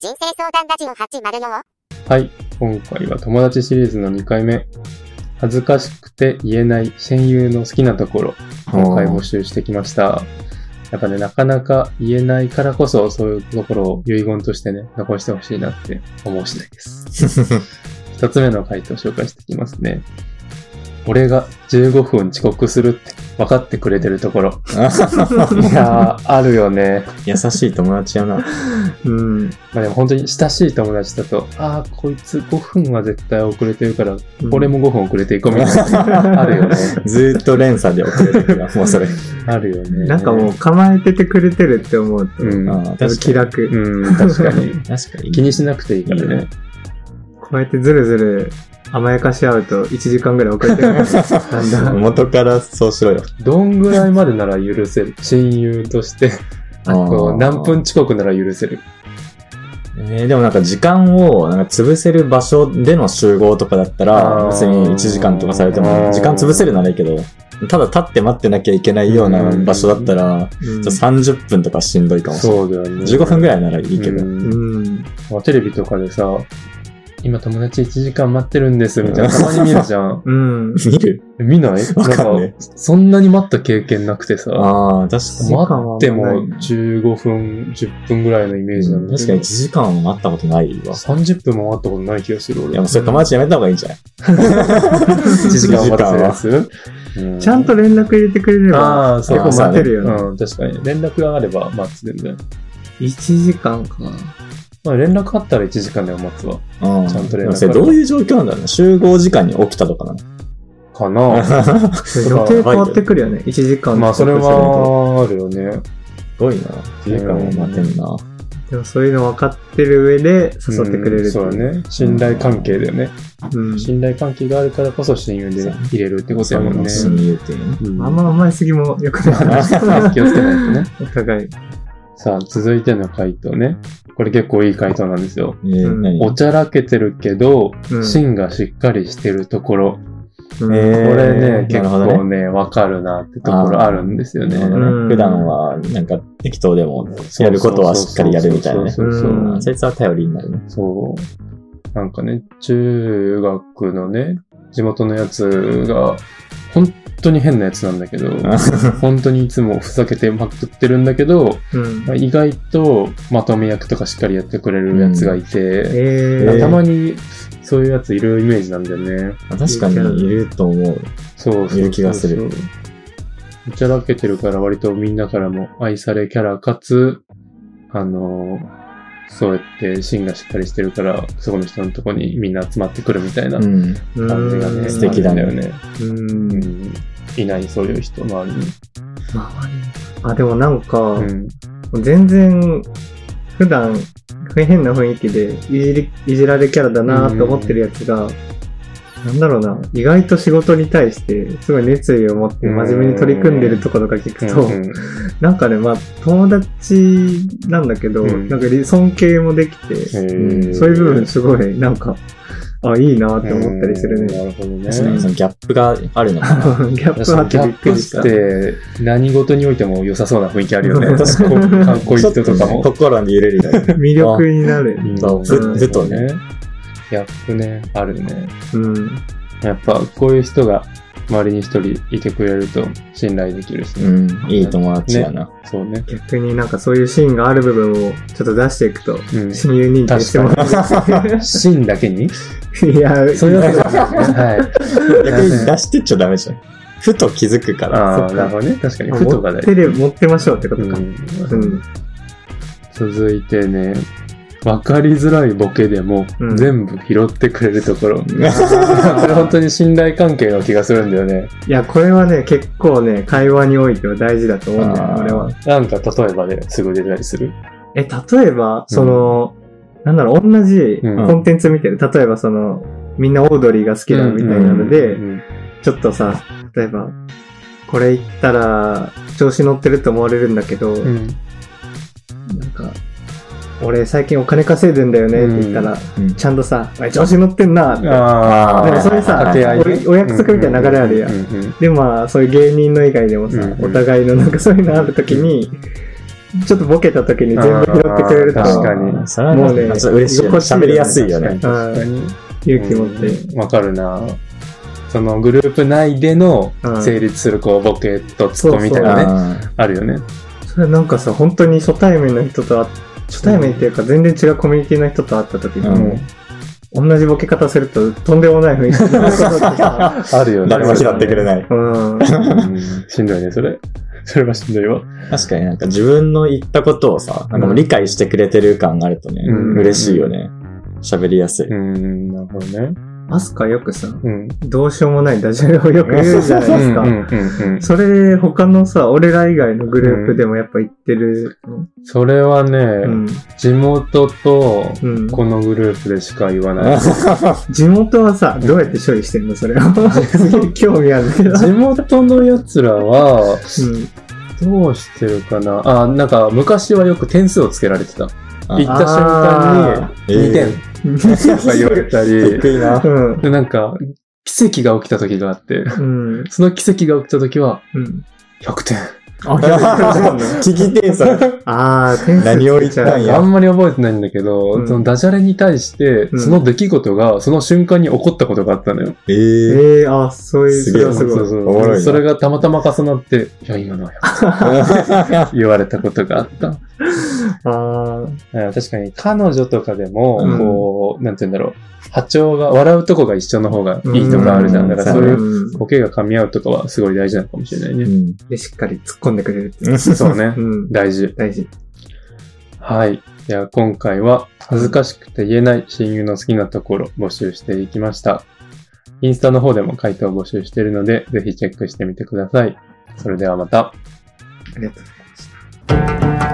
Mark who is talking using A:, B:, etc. A: 人生相談ラジオ804
B: はい、今回は友達シリーズの2回目。恥ずかしくて言えない戦友の好きなところ、今回募集してきました。やっぱね、なかなか言えないからこそ、そういうところを遺言としてね、残してほしいなって思う次第です。2つ目の回答を紹介していきますね。俺が15分遅刻するって分かってくれてるところ。いやー、あるよね。
C: 優しい友達やな。
B: うん。まあでも本当に親しい友達だと、あー、こいつ5分は絶対遅れてるから、俺も5分遅れていこうみたいな。あるよね。
C: ずーっと連鎖で送れるから、もうそれ。
B: あるよね。
D: なんかもう構えててくれてるって思うと、
B: うん、
C: ああ確か
D: 気
C: に。
D: 楽、
B: うん、確か に。
C: 確かに。
B: 気にしなくていいからね。
D: こうやってずるずる甘やかし合うと1時間ぐらい遅れてる。なん だ。
C: 元からそうしろよ。
B: どんぐらいまでなら許せる。親友として、
C: あ
B: こう
C: ー
B: 何分遅刻なら許せる。
C: えーでもなんか時間をなんか潰せる場所での集合とかだった
B: あ
C: ら、
B: ー
C: 別に1時間とかされて
B: うん
C: も、時間潰せるならいいけど、ただ立って待ってなきゃいけないような場所だったら、
D: うん
C: ちょっと30分とかしんどいかもしれない。
B: そうだよね。
C: 15分ぐらいならいいけ
B: う
C: ど。
B: ん
D: うん。
B: まあテレビとかでさ、今友達1時間待ってるんですみたいな、たまに見るじゃん。
D: うん。
C: 見る
B: 見ない
C: わかんねえ
B: そんなに待った経験なくてさ、待
C: ああ、確かに。
D: 時間は
B: っても
D: ない
B: 15分、10分ぐらいのイメージなんだけ
C: 確かに1時間は待ったことないわ
B: ど、。30分も待ったことない気がする
C: い
B: 俺。
C: や、もうそれ友達やめた方がいいんじゃない
B: 1時間待たせるやつ、う
D: ちゃんと連絡入れてくれれば、
B: ああ、そう
D: 結構待てるよね。
B: うん、確かに。連絡があれば待つ全然。
D: 1時間か。
B: まあ、連絡あったら1時間では待つわ。
C: うん
B: ちゃんと連絡
C: でもそれどういう状況なんだろうね。集合時間に起きたとかな
B: かな
C: の。す
D: 予定変わってくるよね。1時間
B: まあ、それ
D: 遅
B: はあるよね。
C: ごいな。1時間も待てんな。
D: 刻するとでもそういうの分かってる上で誘ってくれる
B: う
D: ってい
B: んそうだね。信頼関係だよね。
D: うん
B: 信頼関係があるからこそ親友で入れるってことやもんね。
C: 親友っていうね。
B: うん
D: あんま甘えすぎも良くない。
B: 気をつけない とね。
D: お互い。
B: さあ、続いての回答ね。これ結構いい回答なんですよ。
C: えー、
D: うん
C: 何
B: おちゃらけてるけど、
D: うん
B: 芯がしっかりしてるところ。
D: うん
B: こ
C: えー
B: れね、
C: な
B: 結
C: るほど
B: 構ね、わかるなってところあるんですよね。
C: なるほ
D: う
C: ど
D: ん
C: ね普段は、なんか、適当でも、
B: そう
C: やることはしっかりやるみたいなね。
B: そうそうそう
D: うん
C: うんそいつは頼りになるね。
B: そう。なんかね、中学のね、地元のやつが、本当に変なやつなんだけど、本当にいつもふざけてまくってるんだけど、
D: うん
B: まあ意外とまとめ役とかしっかりやってくれるやつがいて、
D: え
B: なん
D: ー
B: かたまにそういうやついるイメージなんだよね。
C: 確かにいると思う。
B: そうそうそうそう
C: いる気がする。
B: おちゃらけてるから割とみんなからも愛されキャラかつ、あのそうやって芯がしっかりしてるから、そこの人のとこにみんな集まってくるみたいな
C: う
B: 感
C: ん。
D: うん
B: じがね、
C: 素敵だね
B: あるんよね。
D: うん
B: うん。いないそういう人周りに。
D: あ、でもなんか、
B: うん。
D: 全然、普段、変な雰囲気でいじり、いじられキャラだなと思ってるやつが、なんだろうな、意外と仕事に対して、すごい熱意を持って真面目に取り組んでるところが聞くと、
B: うん
D: なんかね、まあ、友達なんだけど、
B: うん
D: なんかり尊敬もできて、
B: へー
D: そういう部分すごい、なんか、あ、いいなって思ったりする
B: うん
D: ね。
B: なるほどね。
C: 確かにそのギャップがある のかな。
D: ギャッ
B: 確
D: プあ
B: かに
D: って
B: ギャ
D: び
B: ッ
D: っく
B: プ
D: り
B: し
D: した。
B: て何事においても良さそうな雰囲気あるよね。
C: 確
B: かに。かっこいい人とか
C: ちょ
B: も
C: っ。と心に揺れるよ ね。
D: 魅力になる。
C: そう
D: ず
C: ずっとね。
B: ギャップね、あるね。
D: うん。
B: やっぱこういう人が周りに一人いてくれると信頼できるしね。
C: うん。いい友達やな。
B: そうね。
D: 逆になんかそういうシーンがある部分をちょっと出していくと、
B: うん。
D: 親友認定してもら
B: 芯だけに
D: う。 いや、
B: そういうわけじゃない。はい。
C: 逆に出してっちゃダメじゃん。ふと気づくか ら。
B: あ
D: そ
B: あ、
D: っか
B: なるほどね。確かに。ふと
D: 持
B: が
D: っ
B: 大
D: て
B: 事。
D: れ持ってましょうってこと
B: う
D: か。
B: ん
D: うん。
B: 続いてね、わかりづらいボケでも
D: うん
B: 全部拾ってくれるところ。 これ
D: あ
B: 本当に信頼関係の気がするんだよね。
D: ーいや、これはね、結構ね、会話においては大事だと思うんだよ
C: あー
D: ね、俺は。
B: なんか例えばですぐ出たりする。
D: え、例えば、その、なんだろう、同じ
B: うん
D: コンテンツ見てる。例えば、その、みんなオードリーが好きだみたいなので、
B: うんうん
D: ちょっとさ、例えば、これ言ったら、調子乗ってると思われるんだけど、
B: うんうん
D: なんか、俺最近お金稼いでんだよねって言ったら、
C: うん
D: ちゃんとさ、おい調子乗ってんなって。
B: あ
D: でもそれ
B: あ
D: さ
B: 手合いね
D: お、お約束みたいな流れあるやん。
B: うんうんうんうん
D: で、まあ、そういう芸人の以外でもさ、
B: うんうん
D: お互いのなんかそういうのあるときに、ちょっとボケた時に全部拾ってくれると
B: あー確かに
C: あーそれは
D: も
C: も
D: う
C: う
D: ね
C: ね、嬉しいよね。
D: 心地いいよね
C: 喋りやすいよね。
B: 確かに。
D: 勇気持って。
B: うんわかるな。そのグループ内での
D: うん
B: 成立するこうボケとツッコミみたいな
D: 確
B: ね、
C: あー
B: あるよね。
D: それなんかさ、本当に初対面の人と会っ初対面っていうか全然違うコミュニティの人と会った時
C: う
D: に、
C: ん
D: 同じボケ方するととんでもない雰囲気になることってさ
B: あるよね。
C: 誰も拾ってくれない。
D: うん。
B: うんしんどいね、それ。それはしんどいわ。
C: 確かになんか自分の言ったことをさ、なんかもう理解してくれてる感があるとね、
B: うん
C: 嬉しいよね。喋りやすい。
B: うん、なるほどね。
D: アスカよくさ、
B: うん。
D: どうしようもないダジャレをよく言うじゃないです
B: うんう
D: か。
B: んうんうん
D: それ、他のさ、俺ら以外のグループでもやっぱ言ってる。
B: それはね、
D: うん。
B: 地元と
D: うん。
B: このグループでしか言わない。
C: 地
D: 地元はさ、どうやって処理してんのそれを。すげえ興味あるんだけど。
B: 地元のやつらは、
D: うん。
B: どうしてるかなあ、なんか昔はよく点数をつけられてた。
C: あ
B: 行った瞬間に2点とか言われたり、
C: 得意 な。
D: うん。
B: で、なんか、奇跡が起きた時があって、
D: うん。
B: その奇跡が起きた時は、
D: うん。
B: 100点。
C: 聞きてえさ。
D: あー、点数
C: 何を言ったんいや
B: あんまり覚えてないんだけど、
D: うん
B: そのダジャレに対して、
D: うん
B: その出来事が、その瞬間に起こったことがあったのよ。
C: え
D: え
C: ー
D: ー、あー、そういう、
C: す
D: そ
C: げえ
D: れはすご
B: そう
D: い。
B: そう
C: おもろいな
B: それがたまたま重なって、いや、今のは100点 言われたことがあった。
D: あー、
B: うん確かに彼女とかでも、
C: うん
B: こう、なんて言うんだろう、波長が、笑うとこが一緒の方がいいとかあるじゃん。
C: うん
B: だから
C: そ
B: そうう
C: だ
B: い
C: ね
B: う、
D: うん
B: ボケが噛み合うとかはすごい大事なのかもしれないうね。
C: ん
D: で、しっかり突っ込んでくれるって。
B: そうね
D: う。ん。
B: 大事。
D: 大事。
B: はい。では今回は、恥ずかしくて言えない親友の好きなところ募集していきました。インスタの方でも回答を募集しているので、ぜひチェックしてみてください。それではまた。
D: ありがとうございます。